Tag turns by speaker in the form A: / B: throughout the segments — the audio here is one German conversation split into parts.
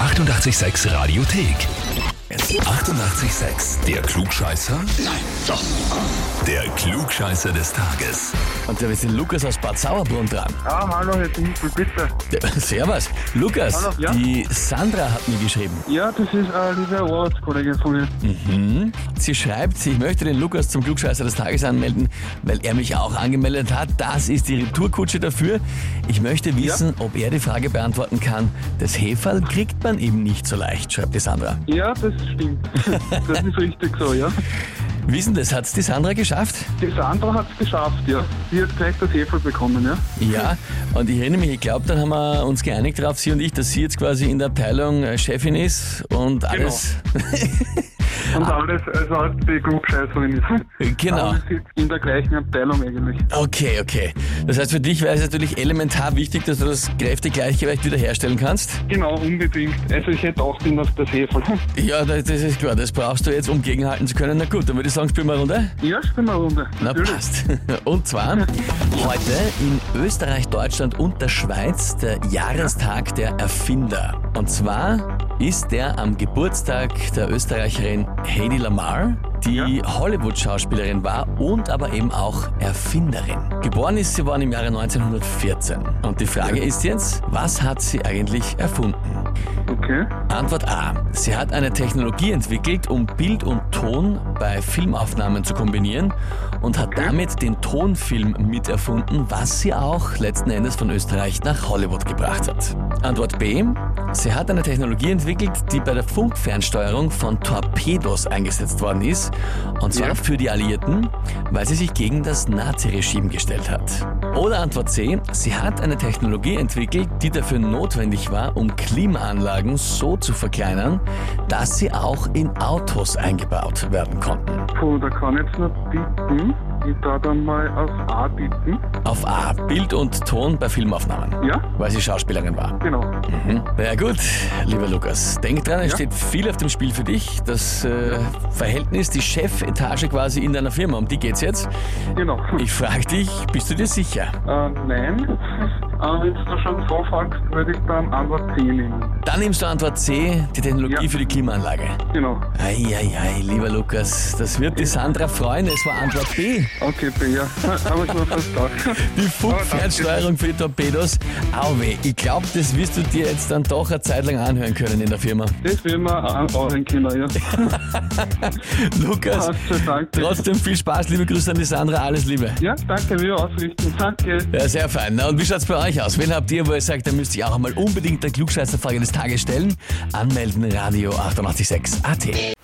A: 886 Radiothek. 88,6. Der Klugscheißer? Nein, doch. Der Klugscheißer des Tages.
B: Und da ist der Lukas aus Bad Sauerbrunn dran.
C: Ah, hallo, jetzt ist die Bitte.
B: Servus. Lukas,
C: Hallo, ja?
B: die Sandra hat mir geschrieben.
C: Ja, das ist eine liebe Arbeitskollegin von mir.
B: Sie schreibt, ich möchte den Lukas zum Klugscheißer des Tages anmelden, weil er mich auch angemeldet hat. Das ist die Retourkutsche dafür. Ich möchte wissen, ob er die Frage beantworten kann. Das Heferl kriegt man eben nicht so leicht, schreibt die Sandra.
C: Ja, das stimmt. Das ist richtig so, ja.
B: Wissen das, hat's die Sandra geschafft?
C: Die Sandra hat es geschafft, ja. Sie hat gleich das Hefe bekommen, ja.
B: Ja, und ich erinnere mich, ich glaube, dann haben wir uns geeinigt darauf, sie und ich, dass sie jetzt quasi in der Abteilung äh, Chefin ist und alles.
C: Und alles, also halt die Klugscheißerin ist.
B: Genau.
C: Alles ist in der gleichen Abteilung eigentlich.
B: Okay, okay. Das heißt, für dich wäre es natürlich elementar wichtig, dass du das Kräftegleichgewicht wiederherstellen kannst.
C: Genau, unbedingt. Also ich hätte auch den auf das Hefe.
B: Ja, das, das ist klar. Das brauchst du jetzt, um gegenhalten zu können. Na gut, dann würde ich sagen, spielen wir eine Runde.
C: Ja, spielen wir eine Runde.
B: Na
C: Natürlich.
B: passt. Und zwar heute in Österreich, Deutschland und der Schweiz der Jahrestag der Erfinder. Und zwar ist der am Geburtstag der Österreicherin Hedy Lamar, die Hollywood-Schauspielerin war und aber eben auch Erfinderin. Geboren ist sie worden im Jahre 1914. Und die Frage ist jetzt, was hat sie eigentlich erfunden?
C: Okay.
B: Antwort A. Sie hat eine Technologie entwickelt, um Bild und Ton bei Filmaufnahmen zu kombinieren und hat damit den Tonfilm miterfunden, was sie auch letzten Endes von Österreich nach Hollywood gebracht hat. Antwort B. Sie hat eine Technologie entwickelt, die bei der Funkfernsteuerung von Torpedos eingesetzt worden ist, und zwar
C: Ja.
B: für die Alliierten, weil sie sich gegen das Naziregime gestellt hat. Oder Antwort C, sie hat eine Technologie entwickelt, die dafür notwendig war, um Klimaanlagen so zu verkleinern, dass sie auch in Autos eingebaut werden konnten.
C: Puh, da kann ich jetzt nur tippen. Ich darf dann mal auf A tippen.
B: Auf A, Bild und Ton bei Filmaufnahmen,
C: Ja,
B: weil sie Schauspielerin war.
C: genau.
B: Mhm. Na ja, gut, lieber Lukas, denk dran, es
C: Ja.
B: steht viel auf dem Spiel für dich. Das äh, Verhältnis, die Chefetage quasi in deiner Firma, um die geht's jetzt.
C: Genau.
B: Ich frage dich, bist du dir sicher?
C: Äh, nein. Äh, wenn du schon so fragst, würde ich dann Antwort C nehmen.
B: Dann nimmst du Antwort C, die Technologie
C: Ja.
B: für die Klimaanlage.
C: Genau.
B: Eieiei, lieber Lukas, das wird die Sandra freuen. Es war Antwort B.
C: Okay, Bea. Aber ich war fast da.
B: Die Funkfernsteuerung für die Torpedos. Auweh, ich glaube, das wirst du dir jetzt dann doch eine Zeit lang anhören können in der Firma.
C: Das will man auch ein Killer, ja.
B: Lukas,
C: Passt schon, danke.
B: trotzdem viel Spaß. Liebe Grüße an die Sandra, alles Liebe.
C: Ja, danke, wir ausrichten. Danke.
B: Ja, sehr fein. Na, und wie schaut's bei euch aus? Wen habt ihr, wo ihr sagt, da müsst ihr auch einmal unbedingt der Klugscheißerfrage des Tages stellen? Anmelden, Radio 886 AT.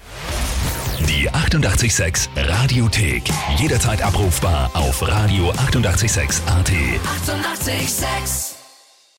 A: Die 88,6 Radiothek. Jederzeit abrufbar auf radio886.at. 88,6.
D: Eighty-eight, sex.